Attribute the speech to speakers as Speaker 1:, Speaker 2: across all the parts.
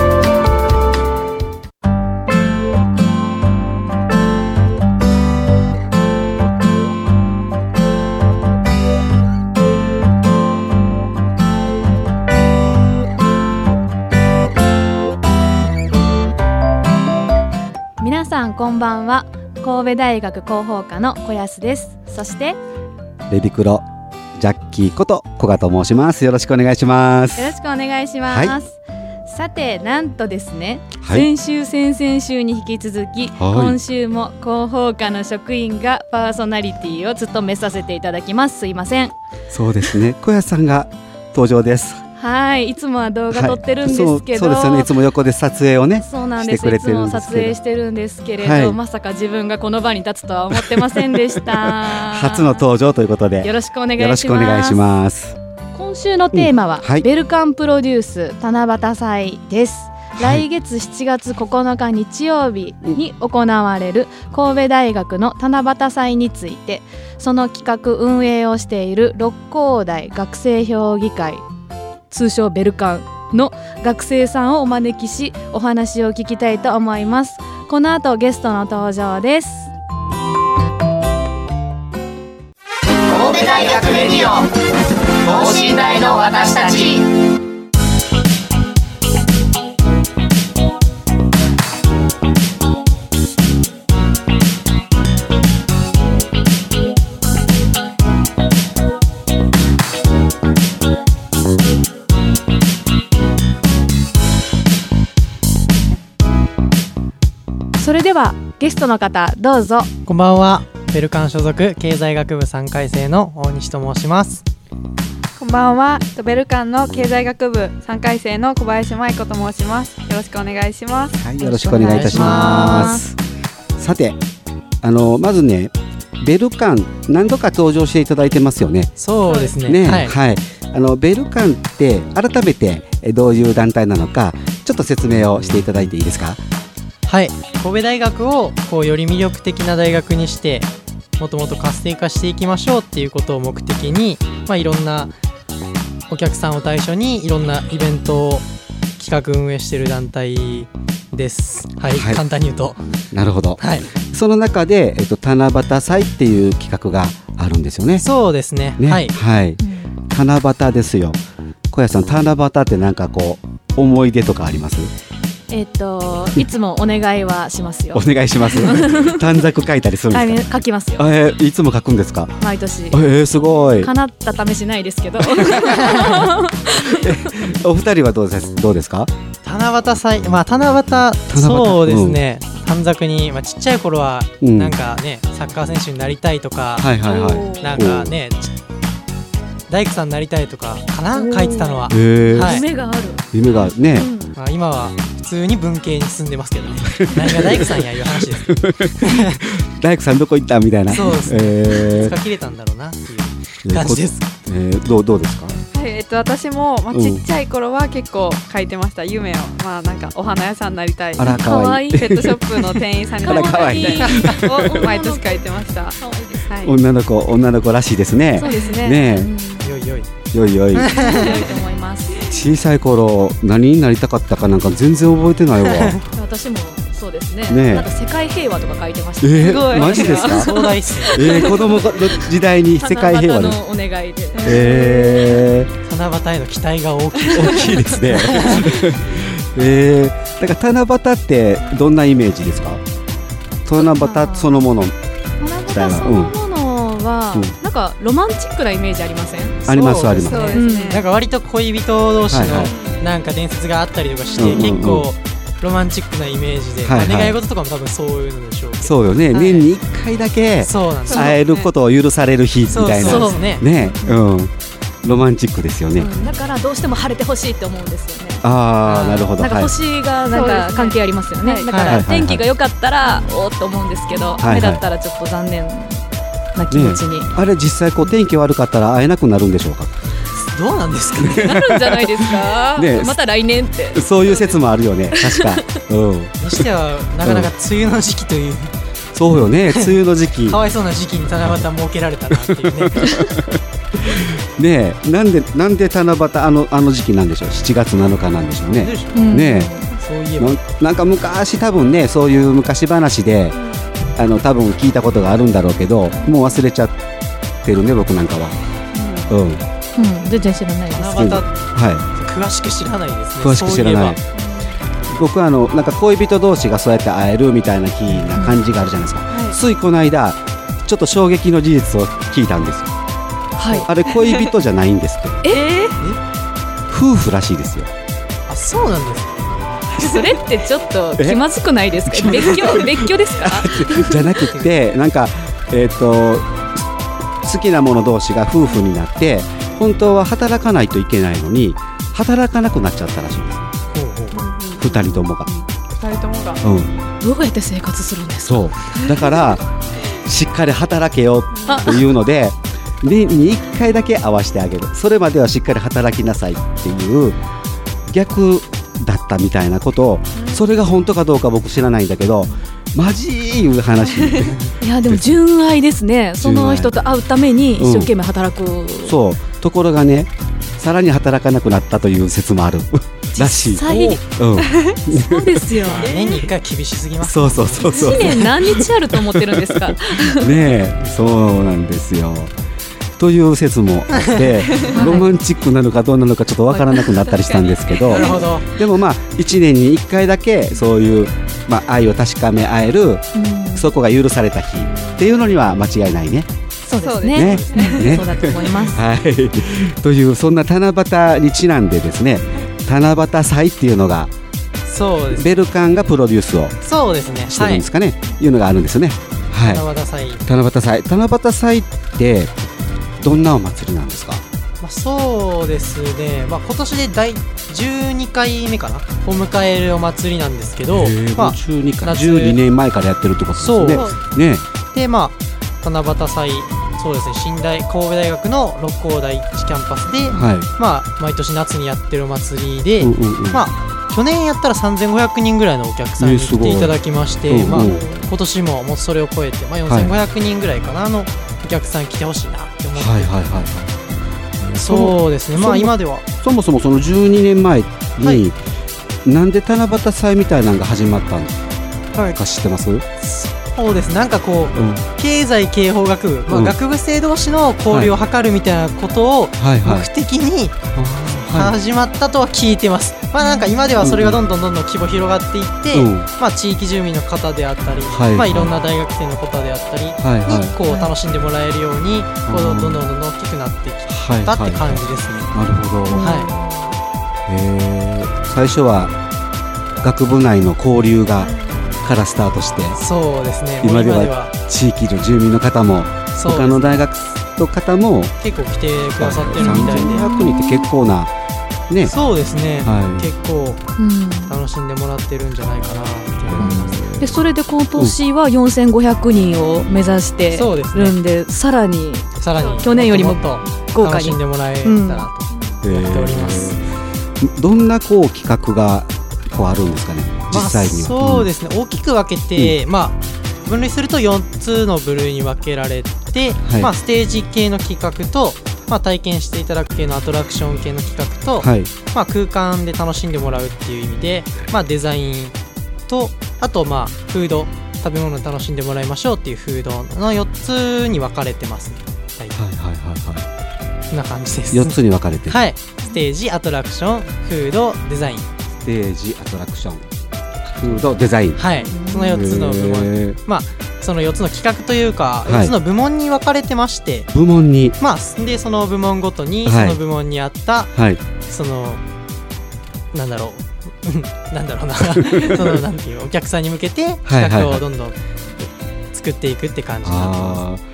Speaker 1: 皆さんこんばんは神戸大学広報課の小安ですそしてよ
Speaker 2: レディクロジャッキーこと古賀と申します。よろしくお願いします。
Speaker 1: ろしくお願いします、さてなんとですね、
Speaker 2: はい。
Speaker 1: 先週先々週に引き続き、
Speaker 2: はい
Speaker 1: 今週も広報課の職員がパーソナリティを務めさせていただきますすいません
Speaker 2: そうですね。小安さんが登場です。
Speaker 1: はいいつもは動画
Speaker 2: はい
Speaker 1: 撮ってるんですけど、
Speaker 2: そう。そうですよね。いつも横で撮影をね。
Speaker 1: そうなんです
Speaker 2: してくれてるん
Speaker 1: い
Speaker 2: で
Speaker 1: つも
Speaker 2: すけど
Speaker 1: 撮影してるんですけれど、
Speaker 2: はい
Speaker 1: まさか自分がこの場に立つとは思ってませんでした
Speaker 2: 初の登場ということで。
Speaker 1: よろしくお願いします
Speaker 2: よろしくお願いします。
Speaker 1: 今週のテーマは、
Speaker 2: うんはい
Speaker 1: ベルカンプロデュース七夕祭です、
Speaker 2: はい
Speaker 1: 来月7月9日日曜日に行われる神戸大学の七夕祭についてその企画運営をしている六甲台学生評議会通称ベルカンの学生さんをお招きしお話を聞きたいと思いますこの後ゲストの登場です
Speaker 3: 神戸大学レディオ等身大の私たち
Speaker 1: それではゲストの方どうぞ
Speaker 4: こんばんは。ベルカン所属経済学部3回生の大西と申します。
Speaker 5: こんばんは。えっとベルカンの経済学部3回生の小林舞子と申します。よろしくお願いします。
Speaker 2: はい。よろしくお願いいたします。さて、あのまずね、ベルカン何度か登場していただいてますよね。
Speaker 4: そうですね。
Speaker 2: ね、
Speaker 4: はい。
Speaker 2: はい、あのベルカンって改めてえどういう団体なのか、ちょっと説明をしていただいていいですか。
Speaker 4: はい。神戸大学をこうより魅力的な大学にして、もともと活性化していきましょうっていうことを目的に、まあいろんなお客さんを対象にいろんなイベントを企画運営している団体です。はい。
Speaker 2: はい
Speaker 4: 簡単に言うと、
Speaker 2: なるほど。
Speaker 4: はい。
Speaker 2: その中で、えっと、七夕祭っていう企画があるんですよね。
Speaker 4: そうですね。
Speaker 2: ね
Speaker 4: はい。
Speaker 2: 七夕ですよ。小屋さん、七夕ってなんかこう、思い出とかあります。
Speaker 1: えっといつもお願いはしますよ
Speaker 2: お願いします。 短冊書いたりする
Speaker 1: あ
Speaker 2: んです
Speaker 1: 書きますよ
Speaker 2: か。えーいつも書くんですか。
Speaker 1: 毎年
Speaker 2: えー、すごい。
Speaker 1: 叶った試しないですけど
Speaker 2: お二人はどうです、どうですか。
Speaker 4: 七夕祭まあ七夕
Speaker 2: 夕
Speaker 4: そうですね、短冊に、まあ、ちっちゃい頃は
Speaker 2: うん
Speaker 4: なんかね、サッカー選手になりたいとか、
Speaker 2: はいはいはい。
Speaker 4: なんかねち大工さんになりたいとかかな書いてたのは、
Speaker 2: えー
Speaker 4: はい
Speaker 1: 夢がある、
Speaker 2: 夢がね、
Speaker 4: まあ、今は普通に文系に進んでますけ どね何が大工さんやいう話ですけど
Speaker 2: 大工さんどこ行ったみたいな。
Speaker 4: そうですねい
Speaker 2: え
Speaker 4: つか切れたんだろうなっていう
Speaker 2: ー
Speaker 4: 感じです、
Speaker 2: えーどう、どうですか。
Speaker 5: はい、えっと私もまあ
Speaker 2: うん
Speaker 5: ちっちゃい頃は結構書いてました。夢をまあなんかお花屋さんになりたい。
Speaker 2: あら、
Speaker 5: ペ
Speaker 2: かわいい。
Speaker 5: ットショップの店員さんになり
Speaker 2: あら可
Speaker 5: た
Speaker 2: 愛
Speaker 5: い
Speaker 2: い
Speaker 5: みたいな を毎年書いてました。はい。
Speaker 2: 女の子、女の子らしいですね
Speaker 5: そ。うですね。
Speaker 2: ねえ
Speaker 4: よいよい
Speaker 2: よいよ
Speaker 1: 強
Speaker 2: い。
Speaker 1: いと思います
Speaker 2: 小さい頃何になりたかったかなんか全然覚えてないわ
Speaker 1: 私もそうですね
Speaker 2: ねえ
Speaker 1: なんか世界平和とか書いてました、
Speaker 2: え
Speaker 5: すご
Speaker 2: ー、
Speaker 5: い
Speaker 2: マジですか
Speaker 4: 壮大っすね
Speaker 2: えー、子供の時代に世界平和で
Speaker 1: 七
Speaker 2: す
Speaker 1: 夕のお願いで
Speaker 2: えー、
Speaker 4: 七夕への期待が大きい
Speaker 2: 大きいですね えー、だから七夕ってどんなイメージですか七夕そのもの
Speaker 1: 七夕そのものは、
Speaker 2: うん
Speaker 1: なんかロマンチックなイメージありません、
Speaker 2: あります
Speaker 4: そう
Speaker 2: あ
Speaker 4: で
Speaker 2: り
Speaker 4: す
Speaker 2: ます
Speaker 5: そうです
Speaker 1: うん
Speaker 4: なん
Speaker 5: ね。
Speaker 4: か割と恋人同士
Speaker 2: はいは
Speaker 4: のなんか伝説があったりとかして、
Speaker 2: うんうんうん
Speaker 4: 結構ロマンチックなイメージで、
Speaker 2: はいはい
Speaker 4: まあ願い事とかも多分そういうのでしょうけど
Speaker 2: そうよね、
Speaker 4: はい
Speaker 2: 年に1回だけ
Speaker 4: そうなんですよ
Speaker 2: 会えることを許される日み
Speaker 4: そう
Speaker 2: たいな
Speaker 4: そうですね
Speaker 2: ねうんロマンチックですよね、
Speaker 1: うんだからどうしても晴れてほしいって思うんですよね
Speaker 2: ああなるほど
Speaker 1: なんか
Speaker 2: はい
Speaker 1: 星がな
Speaker 5: そ
Speaker 1: ん
Speaker 5: うで
Speaker 1: か
Speaker 5: すね
Speaker 1: 関係ありますよね。
Speaker 5: はい
Speaker 1: だか
Speaker 2: はいはい
Speaker 1: ら
Speaker 2: はい
Speaker 1: 天気が良かったらおーっと思うんですけど、
Speaker 2: いはい
Speaker 1: 雨だったらちょっと残念
Speaker 6: な気持ちに、
Speaker 2: あれ実際こう天気悪かったら会えなくなるんでしょうか
Speaker 4: どうなんですかね
Speaker 1: なるんじゃないですか
Speaker 2: ねえ
Speaker 1: また来年って
Speaker 2: そういう説もあるよね確か、うん、
Speaker 4: にしてはなかなか梅雨の時期という
Speaker 2: そうよね梅雨の時期
Speaker 4: かわいそうな時期に七夕設けられたなっていうね
Speaker 2: ねえなんでなんで七夕あのあの時期なんでしょう7月7日なんでしょうね
Speaker 6: うん
Speaker 2: ね
Speaker 4: そういえ
Speaker 2: え
Speaker 4: ば
Speaker 2: ななんか昔多分ねそういう昔話であの多分聞いたことがあるんだろうけどもう忘れちゃってるね僕なんかはうん
Speaker 6: うん、全然知らないです
Speaker 4: 七夕
Speaker 2: は
Speaker 4: 詳しく知らないです
Speaker 2: い
Speaker 4: ね
Speaker 2: 詳しく知らない
Speaker 4: そう
Speaker 2: 僕はあのなんか恋人同士がそうやって会えるみたいな日な感じがあるじゃないですか、ついこの間ちょっと衝撃の事実を聞いたんですよ
Speaker 1: は
Speaker 2: あれ恋人じゃないんですって
Speaker 1: いえ
Speaker 2: 夫婦らしいです よ
Speaker 4: いえばあそうなんです
Speaker 1: ー、それってちょっと気まずくないですか別居別居ですか
Speaker 2: じゃなくてなんかえっ、と好きな者同士が夫婦になって本当は働かないといけないのに働かなくなっちゃったらしいんです
Speaker 4: ほうほう
Speaker 2: 2人ともが、
Speaker 7: 二人ともが
Speaker 2: うん、
Speaker 1: どうやって生活するんですか
Speaker 2: そうだからしっかり働けよっていうので年に1回だけ会わせてあげるそれまではしっかり働きなさいっていう逆だったみたいなことをそれが本当かどうか僕知らないんだけどマジいう話
Speaker 1: いやでも純愛ですねその人と会うために一生懸命働く、
Speaker 2: そうところがねさらに働かなくなったという説もあるらしい、
Speaker 1: 最
Speaker 2: うん、
Speaker 1: そうですよ
Speaker 4: まあ年に一回は厳しすぎます
Speaker 2: そうそうそう そう
Speaker 1: 1年何日あると思ってるんです か
Speaker 2: ねえそうなんですよという説もあってロマンチックなのかどうなのかちょっとわからなくなったりしたんですけど
Speaker 4: なるほど
Speaker 2: でもまあ1年に1回だけそういう、まあ、愛を確かめ合えるそこが許された日っていうのには間違いないね。
Speaker 1: そうです
Speaker 2: そう
Speaker 1: ね
Speaker 2: ですねね
Speaker 1: そうだと思います
Speaker 2: はい、というそんな七夕にちなんでですね七夕祭っていうのが
Speaker 4: そうです
Speaker 2: ベルカンがプロデュースを
Speaker 4: そうですね
Speaker 2: してる
Speaker 4: は
Speaker 2: ん
Speaker 4: い
Speaker 2: ですかね、い、うのがあるんですよね。はい、
Speaker 4: 七夕祭
Speaker 2: 七夕祭七夕祭ってどんなお祭りなんですか
Speaker 4: まあ、そうですね、まあ、今年で第12回目かなを迎えるお祭りなんですけど、まあ、
Speaker 2: 52から
Speaker 4: 夏
Speaker 2: 12年前からやってるってことです
Speaker 4: そう
Speaker 2: ねね
Speaker 4: でまあ七夕祭そうですね新大神戸大学の六甲第一キャンパスで、
Speaker 2: はい、
Speaker 4: まあ、毎年夏にやってるお祭りで、
Speaker 2: うんうんうん
Speaker 4: まあ、去年やったら3500人ぐらいのお客さん
Speaker 2: えー
Speaker 4: に
Speaker 2: す
Speaker 4: 来
Speaker 2: ごい
Speaker 4: ていただきまして、
Speaker 2: うんうん
Speaker 4: まあ、今年ももうそれを超えて、まあ、4500人ぐらいかな、のお客さん来てほしいなって思って、
Speaker 2: はいはいはいはい
Speaker 4: そうですね、
Speaker 2: その
Speaker 4: まあ、今では
Speaker 2: そもそもその12年前に、
Speaker 4: はい
Speaker 2: なんで七夕祭みたいなのが始まったのか知ってます、うん
Speaker 4: そうですなんかこう経済経法学部、まあ
Speaker 2: うん
Speaker 4: 学部生同士の交流を図るみたいなことを
Speaker 2: はいは
Speaker 4: 目
Speaker 2: い
Speaker 4: 的に
Speaker 2: は
Speaker 4: 始まったとは聞いてます、まあなんか今ではそれがどんどんどんどん規模広がっていって、
Speaker 2: うん
Speaker 4: まあ、地域住民の方であったり、
Speaker 2: はい
Speaker 4: いまあ、いろんな大学生の方であったりに
Speaker 2: はいはい
Speaker 4: こう楽しんでもらえるように
Speaker 2: うん
Speaker 4: こうどんどんどんどん大きくなってき
Speaker 2: はい
Speaker 4: たって感じ
Speaker 2: は
Speaker 4: ですね。
Speaker 2: いなるほど、
Speaker 4: は
Speaker 2: へー最初は学部内の交流がからスタートして
Speaker 4: い、そうですね。
Speaker 2: 今
Speaker 4: もう
Speaker 2: では
Speaker 4: 今では
Speaker 2: 地域の住民の方も
Speaker 4: そう
Speaker 2: 他の大学の方も
Speaker 4: 結構来てくださってるみたいで、
Speaker 2: 3200人って結構なね
Speaker 4: そうですね。
Speaker 2: はい
Speaker 4: 結構
Speaker 1: うん
Speaker 4: 楽しんでもらってるんじゃないかなって思います。
Speaker 1: でそれで今年は4500人を目指して
Speaker 4: そうですね
Speaker 1: るんでさらに
Speaker 4: さらに
Speaker 1: 去年よりも
Speaker 4: っともっと
Speaker 1: 豪華
Speaker 4: 楽し
Speaker 1: に
Speaker 4: んでもらえたらと思っております。
Speaker 2: どんなこう企画がこうあるんですかね実際には、
Speaker 4: まあ、そうですね大きく分けて、まあ、分類すると4つの部類に分けられて、
Speaker 2: はい
Speaker 4: まあ、ステージ系の企画と、まあ、体験していただく系のアトラクション系の企画と、
Speaker 2: はい
Speaker 4: まあ、空間で楽しんでもらうっていう意味で、まあ、デザインとあとまあフード食べ物を楽しんでもらいましょうっていうフードの4つに分かれてますね、はい、
Speaker 2: はいはいはいは
Speaker 4: こんな感じです
Speaker 2: い4つに分かれてる、
Speaker 4: はいステージアトラクションフードデザイン
Speaker 2: ステージアトラクションフードデザイン
Speaker 4: はいその4つの部門
Speaker 2: へー
Speaker 4: まあ、その4つの企画というか、
Speaker 2: はい
Speaker 4: 4つの部門に分かれてまして、
Speaker 2: 部門に
Speaker 4: まあ、でその部門ごとに、
Speaker 2: はい
Speaker 4: その部門にあった
Speaker 2: はい
Speaker 4: そのなんだろううん なんだろうなそのなんていうお客さんに向けて
Speaker 2: はいはい
Speaker 4: 企画をどんどん作っていくって感じになってます。
Speaker 2: あー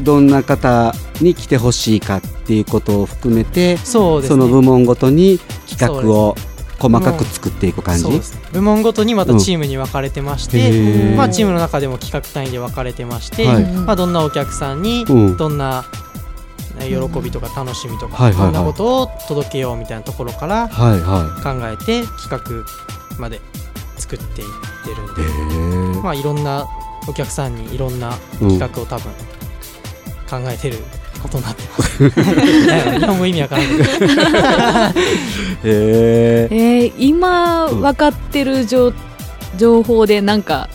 Speaker 2: どんな方に来てほしいかっていうことを含めて
Speaker 4: そうです
Speaker 2: その
Speaker 4: ね
Speaker 2: 部門ごとに企画を細かく作っていく感じ
Speaker 4: そうです部門ごとにまたチームに分かれてまして、
Speaker 2: へー
Speaker 4: まあ、チームの中でも企画単位で分かれてまして、
Speaker 2: はい
Speaker 4: まあ、どんなお客さんに
Speaker 2: うん
Speaker 4: どんなえ喜びとか楽しみと
Speaker 2: は
Speaker 4: か、
Speaker 2: いはいは
Speaker 4: ど
Speaker 2: い
Speaker 4: んなことを届けようみたいなところか
Speaker 2: はい
Speaker 4: ら
Speaker 2: は
Speaker 4: 考えて企画まで作っていってるん
Speaker 2: いへ
Speaker 4: で、
Speaker 2: ー
Speaker 4: まあ、いろんなお客さんにいろんな企画を多分考えてることになって ます。日本語意味わからない
Speaker 2: へー
Speaker 1: えー、今
Speaker 2: うん
Speaker 1: 分かってる情情報で何か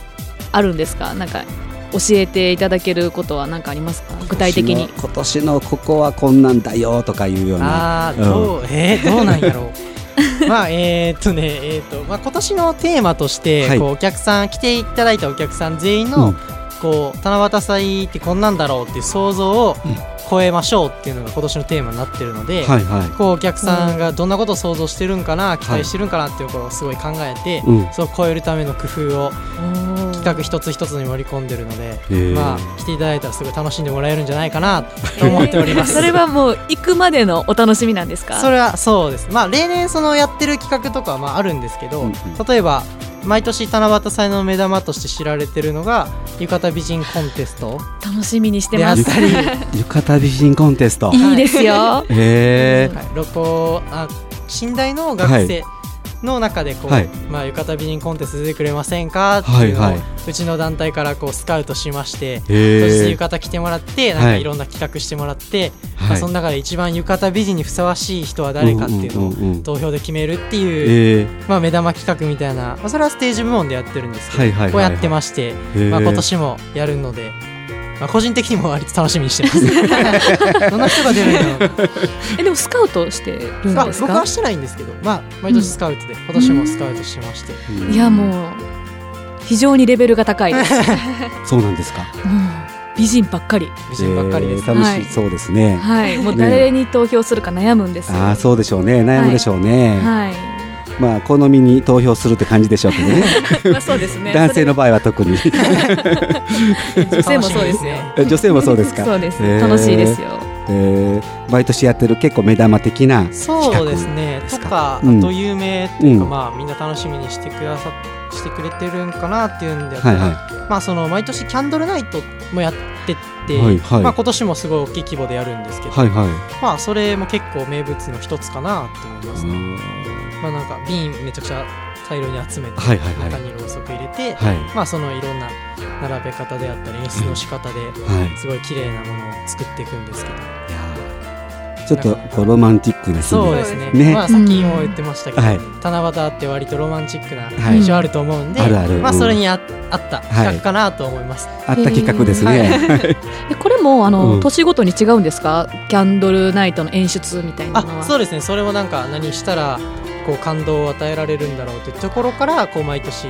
Speaker 1: あるんですかなんか教えていただけることは何かありますか具体的に
Speaker 2: 今年の今年のここはこんなんだよとかいうような
Speaker 4: あー
Speaker 2: うん
Speaker 4: どう、えーどうなんやろうまあえーっとねえーっと、まあ、今年のテーマとして、
Speaker 2: はい
Speaker 4: こうお客さん来ていただいたお客さん全員
Speaker 2: う
Speaker 4: の、
Speaker 2: ん
Speaker 4: こう七夕祭ってこんなんだろうっていう想像を超えましょうっていうのが今年のテーマになってるので、
Speaker 2: はいは
Speaker 4: こうお客さんがどんなことを想像してるんかな期待してるんかなっていうことをすごい考えて、
Speaker 2: い、うん、へ
Speaker 4: それを超えるための工夫を企画一つ一つに盛り込んでるので、
Speaker 2: ー
Speaker 4: まあ、来ていただいたらすごい楽しんでもらえるんじゃないかなと思ってお ります。
Speaker 1: それはもう行くまでのお楽しみなんですか
Speaker 4: それはそうです、まあ、例年そのやってる企画とかはまああるんですけど、
Speaker 2: うんうん
Speaker 4: 例えば毎年七夕祭の目玉として知られてるのが浴衣美人コンテスト
Speaker 1: 楽しみにして
Speaker 4: であ
Speaker 1: ま
Speaker 4: っ
Speaker 1: す
Speaker 4: たり、はい
Speaker 2: 浴衣美人コンテスト
Speaker 1: いいですよ
Speaker 2: へえ
Speaker 4: 露光あ寝台の学生の中でこう、
Speaker 2: はい
Speaker 4: まあ、浴衣美人コンテスト出てくれませんかって
Speaker 2: はい
Speaker 4: いうのを、
Speaker 2: はいう
Speaker 4: ちの団体からこうスカウトしまして。そして
Speaker 2: へ
Speaker 4: 浴
Speaker 2: え
Speaker 4: 衣着てもらってなんか
Speaker 2: はい
Speaker 4: いろんな企画してもらって、ま
Speaker 2: は
Speaker 4: あ、
Speaker 2: い
Speaker 4: その中で一番浴衣美人にふさわしい人は誰かっていうの
Speaker 2: うんうんうんう
Speaker 4: を
Speaker 2: ん
Speaker 4: 投票で決めるってい
Speaker 2: へ
Speaker 4: う
Speaker 2: え
Speaker 4: まあ、目玉企画みたいな、まあ、それはステージ部門でやってるんですけど、
Speaker 2: はいはいはいはい
Speaker 4: こうやってまして、
Speaker 2: へえ
Speaker 4: まあ、今年もやるので、まあ、個人的にも割と楽しみにし てます。どんな人が出るんだろう
Speaker 1: えでもスカウトしてるん
Speaker 4: まあ
Speaker 1: です
Speaker 4: 僕
Speaker 1: か
Speaker 4: はしてないんですけど、まあ、毎年スカウトで、今年もスカウトしてまして、
Speaker 2: うん
Speaker 1: いやもう非常にレベルが高い です、うん
Speaker 2: そうなんですか
Speaker 1: 美人ばっかり
Speaker 4: 美人ばっかりで
Speaker 2: へ
Speaker 4: す。
Speaker 2: ー楽
Speaker 1: は
Speaker 2: し
Speaker 1: い
Speaker 2: いそうですね、
Speaker 1: はいもう誰に投票するか悩むんですよ
Speaker 2: ああそうでしょうね悩むでしょうね、
Speaker 1: はい
Speaker 2: まあ好みに投票するって感じでしょうけどね
Speaker 1: まあそうです ね
Speaker 2: 男性の場合は特に
Speaker 1: 女性もそうですよ
Speaker 4: ね。
Speaker 2: 女性もそうです か
Speaker 1: そうです、
Speaker 2: へー
Speaker 1: 楽しいですよ
Speaker 2: えー毎年やってる結構目玉的な
Speaker 4: そうです
Speaker 2: 企画
Speaker 4: ね。
Speaker 2: です
Speaker 4: と
Speaker 2: か
Speaker 4: か、
Speaker 2: うん
Speaker 4: あと有名っていうか、
Speaker 2: うん
Speaker 4: まあ、みんな楽しみにしてくださしてくれてるんかなっていうんであった
Speaker 2: はい
Speaker 4: ら、
Speaker 2: は
Speaker 4: まあ、その毎年キャンドルナイトもやってって、
Speaker 2: はいはい
Speaker 4: まあ、今年もすごい大きい規模でやるんですけど
Speaker 2: い、はいは
Speaker 4: まあそれも結構名物の一つかなと思います
Speaker 2: い、
Speaker 4: ね、まあなんか瓶めちゃくちゃ大量に集めて、
Speaker 2: はいはいはい
Speaker 4: 中にろうそく入れて、
Speaker 2: はい
Speaker 4: まあそのいろんな並べ方であったり演出の仕方で
Speaker 2: はい
Speaker 4: すごい綺麗なものを作っていくんですけど、
Speaker 2: いやーちょっとこうロマンティックな日
Speaker 4: そう
Speaker 2: 々
Speaker 4: ですね
Speaker 2: ね
Speaker 4: まあさっきも言ってましたけど、
Speaker 2: はい
Speaker 4: 七夕って割とロマンチックな
Speaker 2: はい
Speaker 4: 印象あると思うんで、
Speaker 2: あるある
Speaker 4: まあ
Speaker 2: うん
Speaker 4: それにああった企画かなと思います、
Speaker 2: あった企画ですね、
Speaker 1: えこれもあの、
Speaker 2: うん
Speaker 1: 年ごとに違うんですかキャンドルナイトの演出みたいなのは
Speaker 4: あそうですねそれもなんか何したらこう感動を与えられるんだろうというところからこう毎年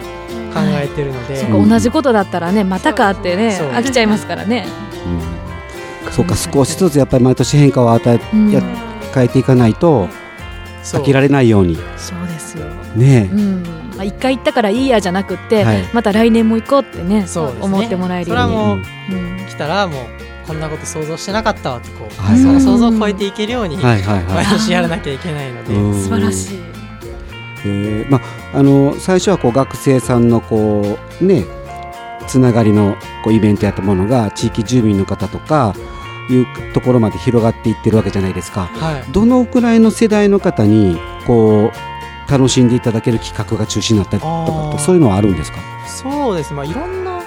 Speaker 4: 考えてるので、
Speaker 1: そっか
Speaker 2: うん
Speaker 1: 同じことだったらねまたかってね
Speaker 4: そう
Speaker 1: 飽きちゃいますからね
Speaker 2: うんそうか少しずつやっぱり毎年変化を与え
Speaker 1: うん
Speaker 2: や変えていかないと
Speaker 4: そう
Speaker 2: 飽きられないように
Speaker 1: そうですよ
Speaker 2: ね
Speaker 1: うんまあ一回行ったからいいやじゃなくって、
Speaker 2: はい
Speaker 1: また来年も行こうってね
Speaker 4: そうですね
Speaker 1: 思ってもらえる
Speaker 4: それ
Speaker 1: よ
Speaker 4: は
Speaker 1: うに
Speaker 4: もう
Speaker 1: うん
Speaker 4: 来たらもうこんなこと想像してなかったわってこう、
Speaker 2: はい
Speaker 4: そ
Speaker 2: うん
Speaker 4: の想像を超えていけるように
Speaker 2: はいはいは
Speaker 4: 毎
Speaker 2: い
Speaker 4: 年やらなきゃいけないので、
Speaker 2: うん
Speaker 1: 素晴らしい
Speaker 2: えーまああの最初はこう学生さんのこうねつながりのこうイベントやったものが地域住民の方とかいうところまで広がっていってるわけじゃないですか。
Speaker 4: はい
Speaker 2: どのくらいの世代の方にこう楽しんでいただける企画が中心になったりとかっ
Speaker 4: あ
Speaker 2: て
Speaker 4: ー
Speaker 2: そういうのはあるんですか。
Speaker 4: そうですまあいろんな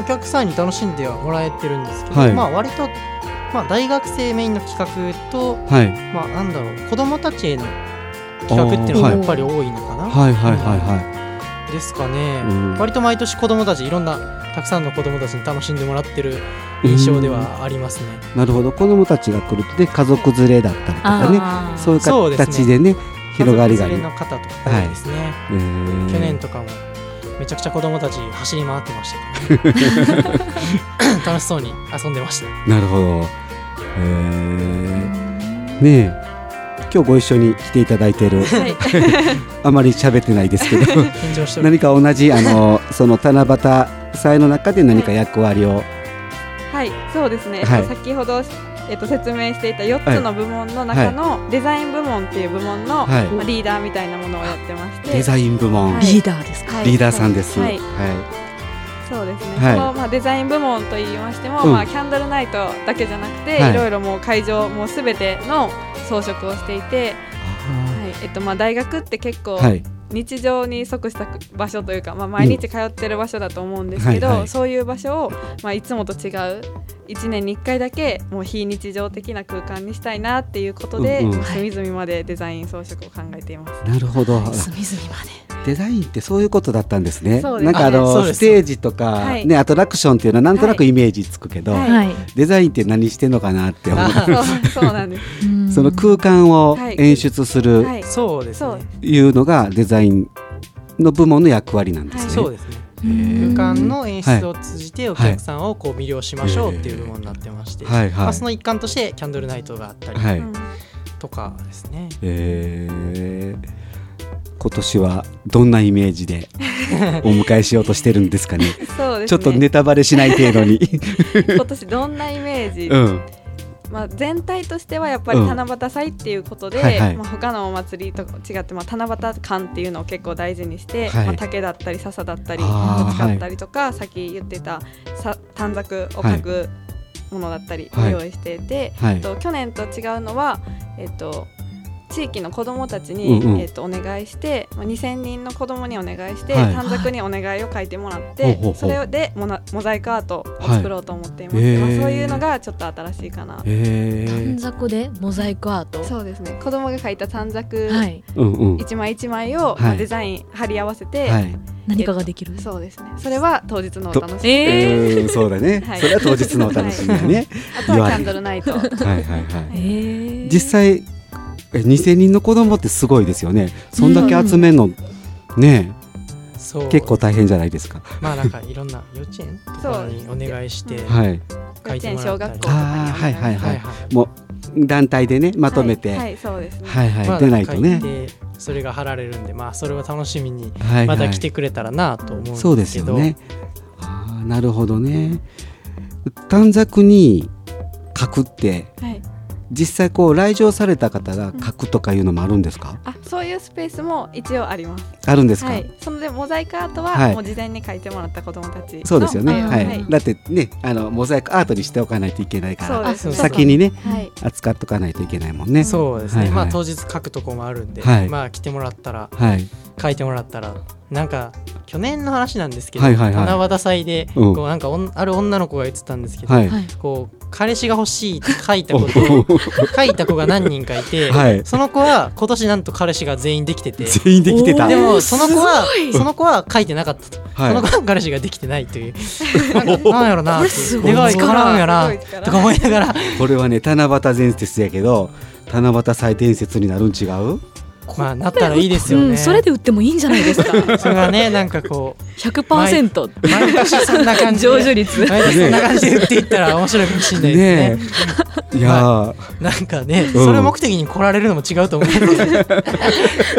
Speaker 4: お客さんに楽しんではもらえてるんですけど、
Speaker 2: はい
Speaker 4: まあ割と、まあ、大学生メインの企画と、
Speaker 2: はい
Speaker 4: まあ、なんだろう子どもたちへの企画っていうのが
Speaker 2: あー
Speaker 4: やっぱり多いのかな、
Speaker 2: はいはいはいは
Speaker 4: ですかね、
Speaker 2: うん
Speaker 4: 割と毎年子どもたちいろんなたくさんの子どもたちに楽しんでもらってる印象ではありますね。
Speaker 2: い。なるほど子どもたちが来るとね家族連れだったりとかね
Speaker 1: あー
Speaker 2: そういう
Speaker 4: そうですね
Speaker 2: 形でね広がりがあ
Speaker 4: 家
Speaker 2: る
Speaker 4: 族連れの方とか多いですね、
Speaker 2: えー
Speaker 4: 去年とかもめちゃくちゃ子供たち走り回ってました から、ね、楽しそうに遊んでました
Speaker 2: なるほど。えー、ねえ今日ご一緒に来ていただいている、 あまり喋ってない ですけど
Speaker 4: 緊張してお
Speaker 2: 何
Speaker 4: り
Speaker 2: か同じあのその七夕祭の中で何か役割を
Speaker 7: はい、そうですね、
Speaker 2: はい
Speaker 7: 先ほどえっと、説明していた4つの部門の中のデザイン部門っていう部門の、
Speaker 2: はい
Speaker 7: まあ、リーダーみたいなものをやってまして
Speaker 2: デザイン部門、
Speaker 7: はい
Speaker 1: リーダーですか。
Speaker 7: はい
Speaker 2: リーダーさんです。
Speaker 7: は
Speaker 2: はいい。
Speaker 7: そうですね、
Speaker 2: はい
Speaker 7: その、まあ、デザイン部門と言いましても、
Speaker 2: うん
Speaker 7: まあ、キャンドルナイトだけじゃなくて、
Speaker 2: はい
Speaker 7: い、ろいろもう会場もうすべての装飾をしていて、はいえっとまあ、大学って結構
Speaker 2: はい。
Speaker 7: 日常に即した場所というか、まあ、毎日通ってる場所だと思うんですけど、
Speaker 2: うんはいはい
Speaker 7: そういう場所を、まあ、いつもと違う1年に1回だけもう非日常的な空間にしたいなっていうことで、
Speaker 2: うんうん
Speaker 7: 隅々までデザイン装飾を考えています。
Speaker 2: なるほど。
Speaker 1: 隅々まで。
Speaker 2: デザインってそういうことだったんですね。
Speaker 7: そうで
Speaker 2: な
Speaker 7: す
Speaker 2: んかあ
Speaker 4: あそう
Speaker 2: の
Speaker 4: で
Speaker 2: ス
Speaker 4: す
Speaker 2: テージとか
Speaker 7: はい
Speaker 2: ねアトラクションっていうのはなんとなくイメージつくけど、
Speaker 7: はい
Speaker 1: はい。
Speaker 2: デザインって何してんのかなって思う。
Speaker 4: あ
Speaker 7: そうそうなんです。
Speaker 1: うん
Speaker 2: その空間を演出する
Speaker 7: は い、
Speaker 4: そうです
Speaker 7: そう
Speaker 4: ね。
Speaker 2: いうのがデザインの部門の役割なんですね。
Speaker 4: そうですね。
Speaker 1: うん
Speaker 4: 空間の演出を通じてお客さんをこう魅了しましょうっていう部門になってまして、
Speaker 2: はいはい
Speaker 4: まあ、その一環としてキャンドルナイトがあったり
Speaker 2: は
Speaker 7: う
Speaker 2: い
Speaker 7: ん。
Speaker 4: とかですね。
Speaker 2: えー今年はどんなイメージでお迎えしようとしてるんですかね。
Speaker 7: そうですね。
Speaker 2: ちょっとネタバレしない程度に。
Speaker 7: 今年どんなイメージ、
Speaker 2: うん。
Speaker 7: まあ、全体としてはやっぱり
Speaker 2: うん
Speaker 7: 七夕祭っていうことで、
Speaker 2: はいはい
Speaker 7: まあ、他のお祭りと違って、まあ、七夕感っていうのを結構大事にして、
Speaker 2: はい
Speaker 7: まあ、竹だったり笹だったり
Speaker 2: あー
Speaker 7: 使ったりとか、さっき言ってたさ短冊を書くものだったり
Speaker 2: はい
Speaker 7: 用意していて、
Speaker 2: は
Speaker 7: えっ
Speaker 2: い。
Speaker 7: と去年と違うのは、えっと、地域の子どもたちに、
Speaker 2: うんうん
Speaker 7: えっと、お願いして、まあ、2,000人の子どもにお願いして、
Speaker 2: はい
Speaker 7: 短冊にお願いを書いてもらっ
Speaker 2: ほう
Speaker 7: て
Speaker 2: ほうほう
Speaker 7: それでモナモザイクアートを作ろうと思っています、
Speaker 2: はい
Speaker 7: まあ
Speaker 2: へー
Speaker 7: そういうのがちょっと新しいかな、
Speaker 2: え
Speaker 1: 短
Speaker 2: ー。
Speaker 1: 冊でモザイクアート。
Speaker 7: そうですね子どもが書いた短冊
Speaker 1: はい。
Speaker 2: うんうん。
Speaker 7: 一枚一枚を、
Speaker 2: い
Speaker 7: まあデザイン貼り合わせて、
Speaker 2: はい。
Speaker 1: 何かができる。
Speaker 7: そうですねそれは当日のお楽しみ
Speaker 1: とえ
Speaker 7: で、
Speaker 2: うんそうだね。
Speaker 7: はい
Speaker 2: それは当日のお楽しみだね。
Speaker 7: あとはキャンドルナイ ト
Speaker 2: はいはいは
Speaker 1: え
Speaker 2: い。
Speaker 1: ー
Speaker 2: 実。際え2000人の子供ってすごいですよね。そんだけ集めるの、ね
Speaker 4: そう
Speaker 2: え結構大変じゃないですか。
Speaker 4: まあなんかいろんな幼稚園とかにお願いして、はい
Speaker 2: はい。
Speaker 7: 幼稚園小学校とかに
Speaker 2: あーはいはい
Speaker 4: は
Speaker 2: はいい。もう団体でねまとめて、
Speaker 7: は
Speaker 2: はいい、
Speaker 7: は
Speaker 2: はい
Speaker 7: いそうですね、
Speaker 2: はい
Speaker 4: まあ
Speaker 2: 出ないとね。
Speaker 4: 書いてそれが貼られるんで、まあそれを楽しみに
Speaker 2: はいはい
Speaker 4: また来てくれたらなと思うんですけど、
Speaker 2: そうですよね。ああなるほどね。短冊に書くって
Speaker 7: はい
Speaker 2: 実際こう来場された方が書くとかいうのもあるんですか？
Speaker 7: あそういうスペースも一応あります
Speaker 2: あるんですか？
Speaker 7: はい、そのでモザイクアート
Speaker 2: は
Speaker 7: はいもう事前に書いてもらった子どもたちの
Speaker 2: そうですよね。
Speaker 7: あ
Speaker 2: は
Speaker 7: はいい。
Speaker 2: だってねあのモザイクアートにしておかないといけないか
Speaker 7: そう
Speaker 2: ら
Speaker 7: です
Speaker 4: あ
Speaker 2: 先にね
Speaker 7: はい
Speaker 2: 扱っとかないといけないもんね。
Speaker 4: そうです
Speaker 2: は
Speaker 4: ね、
Speaker 2: いはい
Speaker 4: まあ当日書くとこもあるんで、
Speaker 2: はい
Speaker 4: まあ来てもらったら
Speaker 2: はい。
Speaker 4: 書いてもらったらなんか去年の話なんですけど、
Speaker 2: はいはいはい
Speaker 4: 七夕祭で、
Speaker 2: うん
Speaker 4: こうなんかおんある女の子が言ってたんですけど、
Speaker 2: はい。
Speaker 1: はい。
Speaker 4: こう彼氏が欲しいって書いた
Speaker 2: お
Speaker 4: ことを
Speaker 2: お
Speaker 4: 書いた子が何人かい て、
Speaker 2: はい
Speaker 4: その子は今年なんと彼氏が全員できてて。
Speaker 2: 全員できてた。
Speaker 4: で
Speaker 2: はい。
Speaker 4: もその子はその子は書いてなかったと、その子
Speaker 2: は
Speaker 4: は彼氏ができてないというなんかなんやろなって
Speaker 1: すごい
Speaker 4: 願い叶うんや
Speaker 7: すご
Speaker 4: ない
Speaker 7: 力
Speaker 4: とか思いながら
Speaker 2: いこれはね七夕伝説やけど七夕祭伝説になるん違う？
Speaker 4: まあなったらいいですよね、
Speaker 1: うん、それで売ってもいいんじゃないですか。
Speaker 4: それがねなんかこ
Speaker 1: 100%
Speaker 4: う毎年そんな感じ で
Speaker 1: 上手率。
Speaker 4: 毎年そんな感じで売っていったら面白いかもしれないですね
Speaker 2: ねえ。いやー
Speaker 4: なんかね、
Speaker 2: うん
Speaker 4: それ目的に来られるのも違うと思うんですけど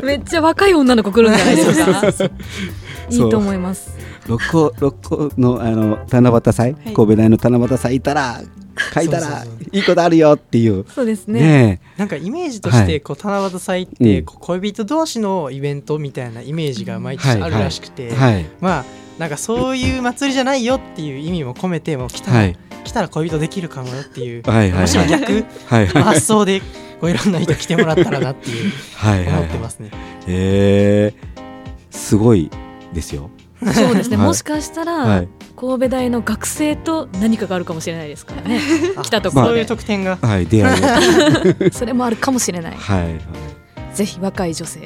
Speaker 1: めっちゃ若い女の子来るんじゃない ですか。 いいと思います。
Speaker 2: 六甲六甲のあの七夕祭、
Speaker 7: い
Speaker 2: 神戸大の七夕祭いたら書いたら
Speaker 4: そうそう
Speaker 2: いいことあるよっていう
Speaker 1: そうですね。
Speaker 2: ね
Speaker 4: なんかイメージとし
Speaker 2: は
Speaker 4: て
Speaker 2: い
Speaker 4: こう七夕祭って
Speaker 2: うん
Speaker 4: こう恋人同士のイベントみたいなイメージが毎
Speaker 2: は
Speaker 4: 年
Speaker 2: い
Speaker 4: あるらしくて、
Speaker 2: えはい
Speaker 4: まあなんかそういう祭りじゃないよっていう意味も込めてもう来たら、
Speaker 2: はい
Speaker 4: 来たら恋人できるかもよっていう、
Speaker 2: はいはい
Speaker 4: むしろ
Speaker 2: はい
Speaker 4: 逆
Speaker 2: はい
Speaker 4: の
Speaker 2: はい
Speaker 4: 発想でこういろんな人来てもらったらなっていう
Speaker 2: はい
Speaker 4: 思
Speaker 2: は
Speaker 4: ってま
Speaker 2: い
Speaker 4: すね。
Speaker 2: えーすごいですよ
Speaker 1: そうですね。
Speaker 2: はい
Speaker 1: もしかした
Speaker 2: は
Speaker 1: ら
Speaker 2: い
Speaker 1: 神戸大の学生と何かがあるかもしれないですからね。
Speaker 4: あ
Speaker 1: 来たとこ
Speaker 2: ろで
Speaker 4: そういう特典が
Speaker 2: はい出会い
Speaker 1: それもあるかもしれない。
Speaker 2: はい
Speaker 1: ぜひ若い女性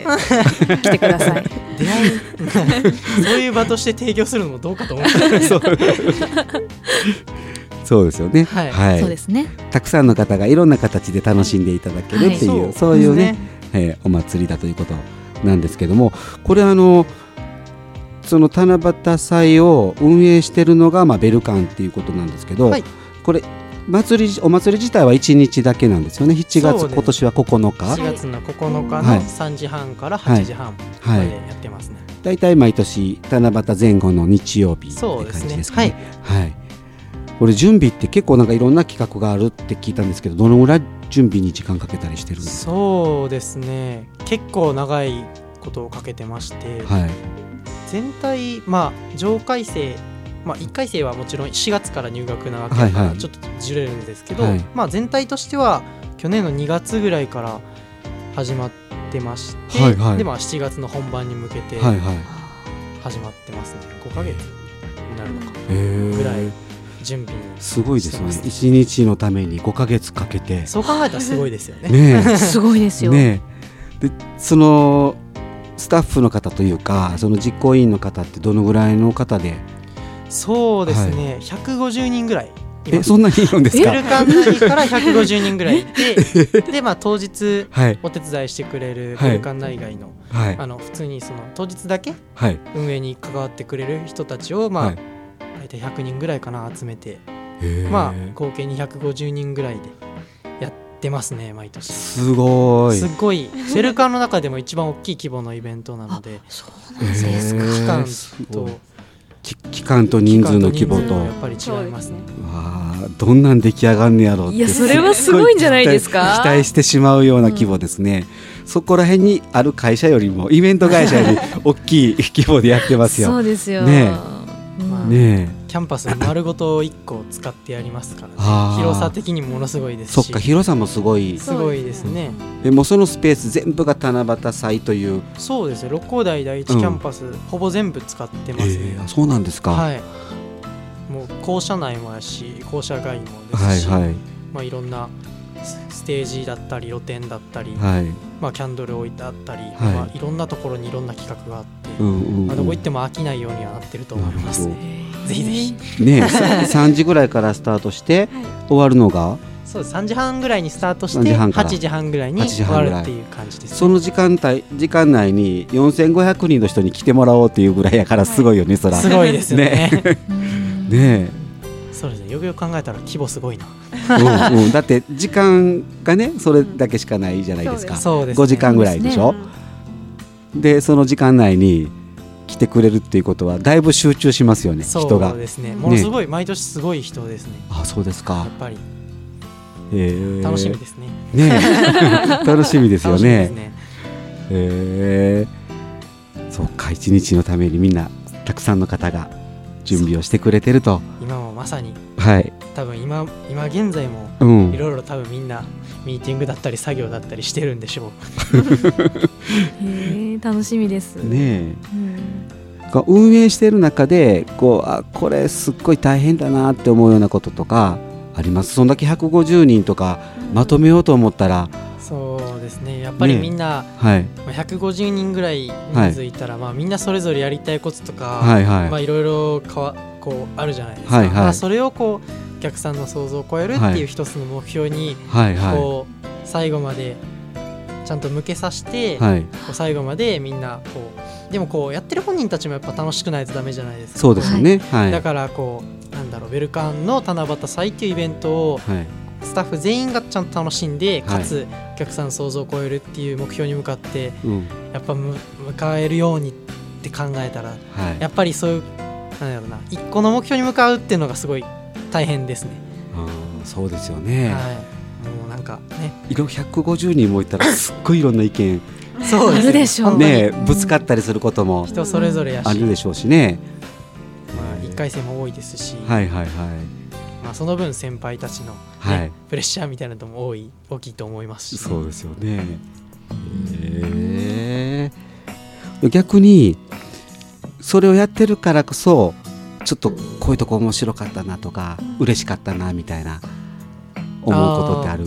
Speaker 1: 来てください。
Speaker 4: 出会いそういう場として提供するのもどうかと思って
Speaker 2: はいそうそうですよね
Speaker 4: はい
Speaker 1: そうですね。
Speaker 2: たくさんの方がいろんな形で楽しんでいただけるっていう、
Speaker 4: はい
Speaker 2: そういうねえーお祭りだということなんですけどもこれあのその七夕祭を運営してるのが、まあ、ベルカンっていうことなんですけど、
Speaker 4: はい
Speaker 2: これ祭りお祭り自体は1日だけなんですよね7
Speaker 4: そ
Speaker 2: 月
Speaker 4: うです
Speaker 2: 今年は9日
Speaker 4: 4月の9日
Speaker 2: は
Speaker 4: の
Speaker 2: い
Speaker 4: 3時半から
Speaker 2: はい
Speaker 4: 8時半ま
Speaker 2: は
Speaker 4: で
Speaker 2: い
Speaker 4: やってますね。
Speaker 2: 大体毎年七夕前後の日曜日って
Speaker 4: そうですね
Speaker 2: 感じですかねはい、これ準備って結構なんかいろんな企画があるって聞いたんですけどどのぐらい準備に時間かけたりしてるんです
Speaker 4: そうですね結構長いことをかけてまして、
Speaker 2: かはい
Speaker 4: 全体まあ上回生まあ、1回生はもちろん4月から入学なわけ
Speaker 2: は
Speaker 4: だ
Speaker 2: い
Speaker 4: か
Speaker 2: は
Speaker 4: ら
Speaker 2: い
Speaker 4: ちょっとずれるんですけど、
Speaker 2: はい
Speaker 4: まあ、全体としては去年の2月ぐらいから始まってまして、
Speaker 2: はいはい
Speaker 4: でまあ7月の本番に向けて
Speaker 2: はいはい
Speaker 4: 始まってますね5ヶ月になるのか
Speaker 2: へー
Speaker 4: ぐらい準備に
Speaker 2: すごいですね
Speaker 4: してます
Speaker 2: 一日のために5ヶ月かけて
Speaker 4: そう考えたらすごいですよね
Speaker 2: ねえ
Speaker 1: すごいですよ。
Speaker 2: ねえでそのスタッフの方というかその実行委員の方ってどのぐらいの方で
Speaker 4: そうですね、150人ぐらいい
Speaker 2: え
Speaker 4: ます
Speaker 2: そんなにいるんです
Speaker 4: ベ
Speaker 2: か
Speaker 4: ルカン内から150人ぐらいいてで、まあ、当日
Speaker 2: はい
Speaker 4: お手伝いしてくれる
Speaker 2: はい
Speaker 4: ベルカン内外の,、
Speaker 2: はい
Speaker 4: あの普通にその当日だけ
Speaker 2: はい
Speaker 4: 運営に関わってくれる人たちを、まあ
Speaker 2: はい
Speaker 4: 大体100人ぐらいかな集めて、
Speaker 2: へえ
Speaker 4: まあ、合計250人ぐらいでやってますね毎年。す
Speaker 2: すごい
Speaker 4: ごいベルカンの中でも一番大きい規模のイベントなので
Speaker 1: そうなんですね。
Speaker 4: 期
Speaker 2: へ
Speaker 4: 間
Speaker 2: えすごい
Speaker 4: と
Speaker 2: き期間と人数の規模
Speaker 4: 期間
Speaker 2: と
Speaker 4: 人数やっぱり違いますね。
Speaker 2: わあどんなん出来上がんねやろうって
Speaker 1: いやそれはすごいんじゃないですか
Speaker 2: すごい期待期待してしまうような規模ですね、そこら辺にある会社よりもイベント会社より大きい規模でやってます
Speaker 1: そ
Speaker 2: よ
Speaker 1: うですよ。
Speaker 2: ね
Speaker 1: うん
Speaker 4: まあ
Speaker 2: ねえ
Speaker 4: キャンパス丸ごと1個使ってやりますからね
Speaker 2: あー
Speaker 4: 広さ的にものすごいですし
Speaker 2: そっか広さもすごい
Speaker 4: すごいですね
Speaker 2: でもうそのスペース全部が七夕祭という、
Speaker 4: そうですね六甲台第一キャンパス、ほぼ全部使ってますね、
Speaker 2: あそうなんですか、
Speaker 4: はいもう校舎内もやし校舎外もで
Speaker 2: は
Speaker 4: す
Speaker 2: い
Speaker 4: し、
Speaker 2: はい
Speaker 4: まあ、いろんなスステージだったり露店だったり、
Speaker 2: はい
Speaker 4: まあ、キャンドル置いてあったり、い
Speaker 2: はい
Speaker 4: まあ、いろんなところにいろんな企画があって、
Speaker 2: うんうん、
Speaker 4: ま
Speaker 2: う
Speaker 4: あ、どこ行
Speaker 2: ん
Speaker 4: っ、ても飽きないようにはなってると思いま
Speaker 2: な
Speaker 4: すねぜひぜひ
Speaker 2: ね え三時ぐらいからスタートして、終わるのが
Speaker 4: そうです3時半ぐらいにスタートし
Speaker 2: 3時
Speaker 4: て
Speaker 2: 半から
Speaker 4: 8時半ぐらいに
Speaker 2: 8時
Speaker 4: 終
Speaker 2: 半
Speaker 4: わ
Speaker 2: ぐ
Speaker 4: る
Speaker 2: らい
Speaker 4: っていう感じですね
Speaker 2: その時間帯時間内に4500人の人に来てもらおうっていうぐらいやからすごいよね、そら
Speaker 4: すごいですよね
Speaker 2: ね
Speaker 4: そうですねよくよく考えたら規模すごいな
Speaker 2: え、うんうん、だって時間がねそれだけしかないじゃないですか、
Speaker 4: そうです、ね、
Speaker 2: 5時間ぐらいでしょで,、その時間内に来てくれるっていうことはだいぶ集中しますよね人
Speaker 4: そ
Speaker 2: が
Speaker 4: うですねものすごい、毎年すごい人ですね
Speaker 2: あそうです
Speaker 4: や
Speaker 2: か
Speaker 4: っ、ぱり
Speaker 2: えー
Speaker 4: 楽しみですね、
Speaker 2: ね え楽しみですよ
Speaker 4: 楽しみです
Speaker 2: ね
Speaker 4: ね
Speaker 2: へえそっか一日のためにみんなたくさんの方が準備をしてくれてると
Speaker 4: 今もまさに
Speaker 2: はい
Speaker 4: 多分今今現在も
Speaker 2: うん
Speaker 4: いろいろ多分みんなミーティングだったり作業だったりしてるんでしょう
Speaker 1: へえ楽しみです。
Speaker 2: ね
Speaker 1: うん
Speaker 2: えが運営している中でこうあこれすっごい大変だなって思うようなこととかありますそんだけ150人とかまとめようと思ったら、
Speaker 4: そうですねやっぱり
Speaker 2: ね
Speaker 4: みんな、
Speaker 2: はい、
Speaker 4: まあ150人ぐらい人数いたら、まあ、みんなそれぞれやりたいこととか、
Speaker 2: はいはい
Speaker 4: まあ、いろいろかわこうあるじゃないですか、
Speaker 2: はいはい
Speaker 4: まあ、それをこうお客さんの想像を超えるっていう一つの目標に、
Speaker 2: はいは
Speaker 4: こう最後までちゃんと向けさせて、
Speaker 2: いはい
Speaker 4: こう最後までみんなこうでもこうやってる本人たちもやっぱ楽しくないとダメじゃないですか
Speaker 2: そうですよねはい
Speaker 4: だからこうなんだろうウェルカンの七夕祭っていうイベントを
Speaker 2: はい
Speaker 4: スタッフ全員がちゃんと楽しんで
Speaker 2: はい
Speaker 4: かつお客さんの想像を超えるっていう目標に向かって
Speaker 2: うん
Speaker 4: やっぱむ迎えるようにって考えたら
Speaker 2: はい
Speaker 4: やっぱりそういうなんだろうな一個の目標に向かうっていうのがすごい大変ですね。
Speaker 2: あーそうですよね、
Speaker 4: はい、もうなんかね
Speaker 2: いろ150人もいたらすっごいいろんな意見
Speaker 4: そ
Speaker 1: あるでしょう。
Speaker 2: ねぶつかったりすることも
Speaker 4: 人それぞれやし、
Speaker 2: あるでしょうしね。
Speaker 4: まあ、1回戦も多いですし、
Speaker 2: はいはいはい
Speaker 4: まあ、その分先輩たちの、ね
Speaker 2: はい
Speaker 4: プレッシャーみたいなのも多い大きいと思いますし、
Speaker 2: そうですよね。へえ逆にそれをやってるからこそちょっとこういうとこ面白かったなとか嬉しかったなみたいな思うことってある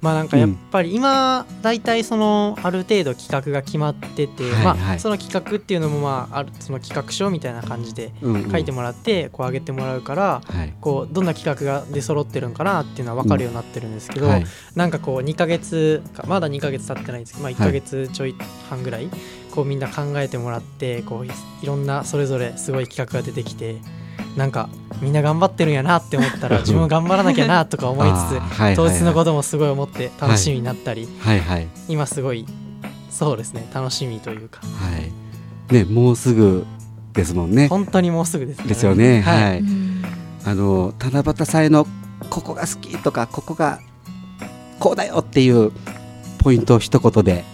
Speaker 4: まあなんかやっぱり今大体そのある程度企画が決まってて、
Speaker 2: はいはい
Speaker 4: まあ、その企画っていうのもまああるその企画書みたいな感じで
Speaker 2: うんうん
Speaker 4: 書いてもらってこう上げてもらうから
Speaker 2: はい
Speaker 4: こうどんな企画が出揃ってるんかなっていうのは分かるようになってるんですけど、
Speaker 2: はい
Speaker 4: なんかこう2ヶ月かまだ2ヶ月経ってないんですけど、まあ、1ヶ月ちょい半ぐらい、こうみんな考えてもらってこういいろんなそれぞれすごい企画が出てきてなんかみんな頑張ってるんやなって思 ったら自分も頑張らなきゃなとか思い
Speaker 2: あー
Speaker 4: つ
Speaker 2: はい
Speaker 4: つ当日の
Speaker 2: と
Speaker 4: こともすごい思って楽しみになったり、
Speaker 2: はいはい
Speaker 4: 今すごいそうですね楽しみというか
Speaker 2: はいねもうすぐですもんね
Speaker 4: 本当にもうすぐです
Speaker 2: ですよねはい、
Speaker 1: うん
Speaker 2: あの七夕祭のここが好きとかここがこうだよっていうポイントを一言で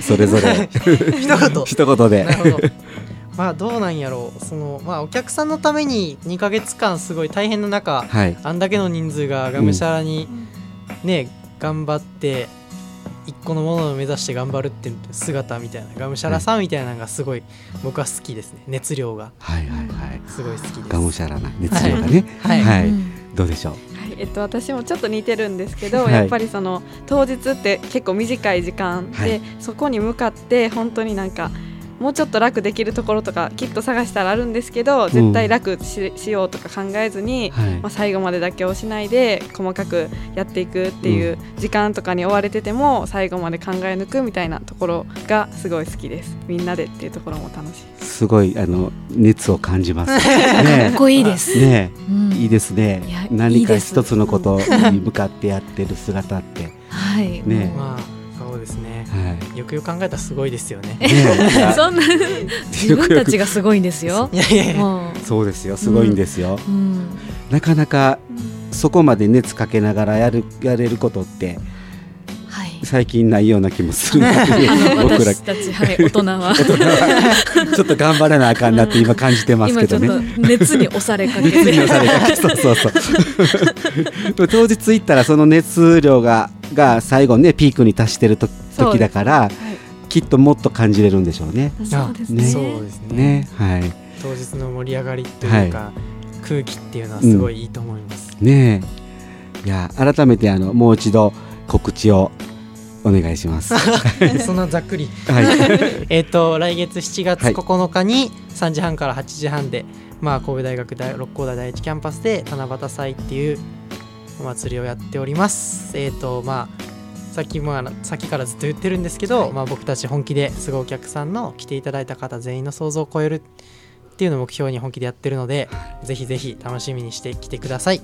Speaker 2: それぞれ
Speaker 4: 一言
Speaker 2: 一言で
Speaker 4: なるほど。まあどうなんやろう。そのまあお客さんのために2ヶ月間すごい大変な中、
Speaker 2: はい
Speaker 4: あんだけの人数ががむしゃらにね、頑張って一個のものを目指して頑張るって姿みたいながむしゃらさみたいなのがすごい僕は好きですね。熱量が
Speaker 2: はいはいはい
Speaker 4: すごい好きです。
Speaker 2: がむしゃらな熱量がね
Speaker 4: はい
Speaker 2: はい
Speaker 1: うん
Speaker 2: どうでしょう
Speaker 7: はいえっと、私もちょっと似てるんですけど、
Speaker 2: はい
Speaker 7: やっぱりその当日って結構短い時間で、
Speaker 2: はい
Speaker 7: そこに向かって本当になんかもうちょっと楽できるところとかきっと探したらあるんですけど絶対楽し,、しようとか考えずに、
Speaker 2: はい
Speaker 7: まあ、最後まで妥協しないで細かくやっていくっていう時間とかに追われてても最後まで考え抜くみたいなところがすごい好きですみんなでっていうところも楽しい
Speaker 2: すごいあの熱を感じますね
Speaker 1: かっこいいです。
Speaker 2: えね
Speaker 1: うん
Speaker 2: えいいですね
Speaker 1: いやい
Speaker 2: 何
Speaker 1: い
Speaker 2: か
Speaker 1: です
Speaker 2: 一つのことに向かってやってる姿って
Speaker 1: はい。
Speaker 2: ねえ
Speaker 4: まあそうですね。
Speaker 2: はい
Speaker 4: よくよく考えたらすごいですよね。
Speaker 2: ね え
Speaker 1: そんな自分たちがすごいんですよ。
Speaker 4: いやいやいや。
Speaker 1: も
Speaker 2: そうですよすごいんですよ、
Speaker 1: う、うん、
Speaker 2: なかなかそこまで熱かけながらやるやれることって
Speaker 1: はい。
Speaker 2: 最近ないような気もするなっていう 僕ら
Speaker 1: 私たちはい大人は
Speaker 2: 大人はちょっと頑張らなあかんなって今感じてますけ
Speaker 1: 今ちょ
Speaker 2: ど
Speaker 1: っ
Speaker 2: ね。
Speaker 1: と熱に押されかけ
Speaker 2: 熱に押
Speaker 1: て。
Speaker 2: されかけ そうそうそう でも当日行ったらその熱量がが最後ねピークに達してると
Speaker 7: そう
Speaker 2: 時だから
Speaker 7: ですね
Speaker 2: きっともっと感じれるんでしょうね。
Speaker 1: そうですね。
Speaker 2: ね
Speaker 4: そうですね。
Speaker 2: ねはい
Speaker 4: 当日の盛り上がりというか、空気っていうのはすごいいいと思います。
Speaker 2: ねえいや改めてあのもう一度告知をお願いし ます。は
Speaker 4: そんなざっくり。
Speaker 2: い
Speaker 4: えっと来月7月
Speaker 2: はい
Speaker 4: 9日に3時半から8時半で、まあ、神戸大学大六甲台第一キャンパスで七夕祭っていうお祭りをやっております。えっとまあさっきまあさっきからずっと言ってるんですけど、まあ、僕たち本気ですごいお客さんの来ていただいた方全員の想像を超えるっていうのを目標に本気でやってるのでぜひぜひ楽しみにしてきてください。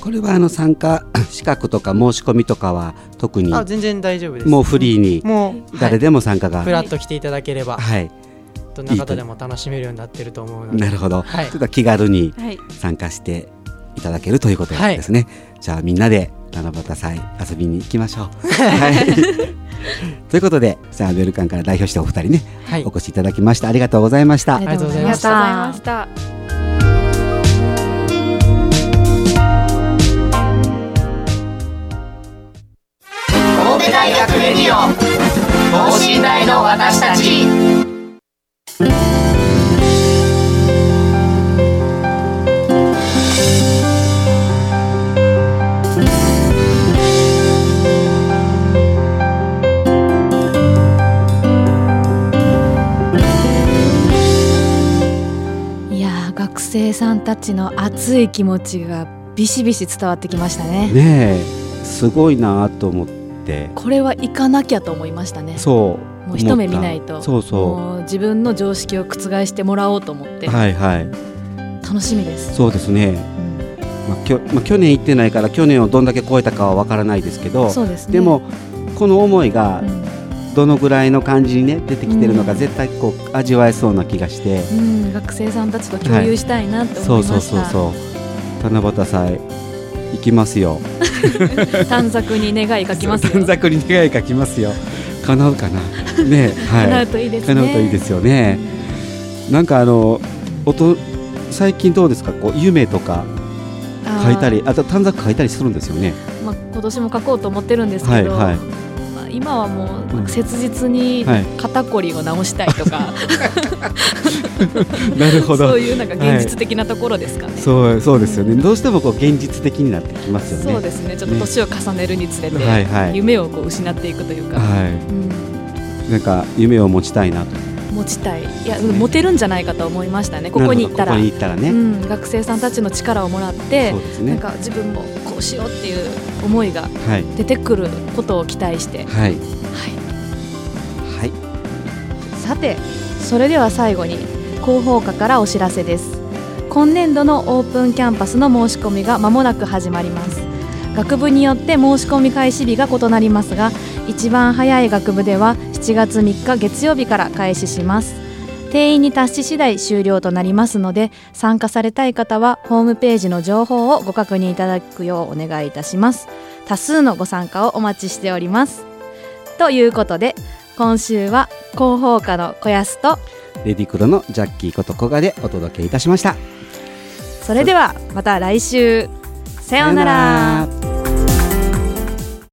Speaker 2: これはあの参加資格とか申し込みとかは特に
Speaker 4: あ全然大丈夫です。
Speaker 2: もうフリーに
Speaker 4: もう
Speaker 2: 誰でも参加が、
Speaker 4: フ
Speaker 2: はい
Speaker 4: ラッと来ていただければ、どんな方でも楽しめるようになってると思うので。
Speaker 2: なるほど、
Speaker 4: はい
Speaker 2: ちょっと気軽に
Speaker 7: はい、
Speaker 2: 参加していただけるということですね、じゃあみんなで七夕祭遊びに行きま しょう。はい、ということでさあベルカンから代表してお二人ね
Speaker 4: はい
Speaker 2: お。越しいただきましたありがとうございました。
Speaker 4: りがとうござい
Speaker 7: あり
Speaker 4: ま
Speaker 7: が
Speaker 4: し
Speaker 7: とうございました
Speaker 3: 神戸大学レディオ等身大の私たち
Speaker 1: いやー学生さんたちの熱い気持ちがビシビシ伝わってきましたね。
Speaker 2: ねえすごいなと思って
Speaker 1: これは行かなきゃと思いましたね。
Speaker 2: そう
Speaker 1: もう一目
Speaker 2: 思った
Speaker 1: 見ないと
Speaker 2: そうそ
Speaker 1: もう自分の常識を覆してもらおうと思って、
Speaker 2: うはいはい
Speaker 1: 楽しみです。
Speaker 2: そうですね
Speaker 1: うん
Speaker 2: まあきょまあ、去年行ってないから去年をどんだけ超えたかは分からないですけど
Speaker 1: そうですね。
Speaker 2: でもこの思いうが
Speaker 1: ん、
Speaker 2: どのぐらいの感じにね出てきてるのか
Speaker 1: うん
Speaker 2: 絶対こう味わえそうな気がして、
Speaker 1: うん学生さんたちと共有したいなって
Speaker 2: そ
Speaker 1: 思
Speaker 2: う
Speaker 1: い
Speaker 2: そ
Speaker 1: ま
Speaker 2: う
Speaker 1: し
Speaker 2: そう
Speaker 1: た。
Speaker 2: そう七夕祭行きますよ
Speaker 1: 短冊に願い書きますよ。
Speaker 2: 短冊に願い書きますよ叶うかな ねえ
Speaker 1: 叶
Speaker 2: は
Speaker 1: う
Speaker 2: い
Speaker 1: といいですね。。
Speaker 2: 叶うといいですすよねなんかあのおと最近どうですかこう夢とか書いたりあと短冊書いたりするんですよね
Speaker 1: まあ、今年も書こうと思ってるんですけど、
Speaker 2: はいはい
Speaker 1: まあ、今はもうなん
Speaker 2: うん
Speaker 1: か切実に
Speaker 2: はい
Speaker 1: 肩こりを直したいとか、
Speaker 2: なるほど
Speaker 1: そういうなんか現実的なところですかね。
Speaker 2: そうそうですよね。どうしてもこう現実的になってきますよね。
Speaker 1: そうですねちょっと年を重ねるにつれて、
Speaker 2: はいはい
Speaker 1: 夢をこう失っていくというか、
Speaker 2: は
Speaker 1: うん
Speaker 2: い。なんか夢を持ちたいなと。
Speaker 1: 持ちたいいや持てるんじゃないかと思いましたねここに行ったら、
Speaker 2: なるほどここに行ったら
Speaker 1: う
Speaker 2: ね。
Speaker 1: ん、学生さんたちの力をもらって
Speaker 2: そうです
Speaker 1: なん
Speaker 2: ね。
Speaker 1: か自分もこうしようっていう思いが
Speaker 2: はい
Speaker 1: 出てくることを期待して、は
Speaker 2: はい
Speaker 1: い、
Speaker 2: はい。
Speaker 6: さてそれでは最後に広報課からお知らせです今年度のオープンキャンパスの申し込みが間もなく始まります学部によって申し込み開始日が異なりますが一番早い学部では7月3日月曜日から開始します
Speaker 1: 定員に達し次第終了となりますので参加されたい方はホームページの情報をご確認いただくようお願いいたします多数のご参加をお待ちしておりますということで今週は広報課の小安と
Speaker 2: レディクロのジャッキーこと古賀でお届けいたしました
Speaker 1: それではまた来週さような
Speaker 2: さような
Speaker 1: ら
Speaker 2: ら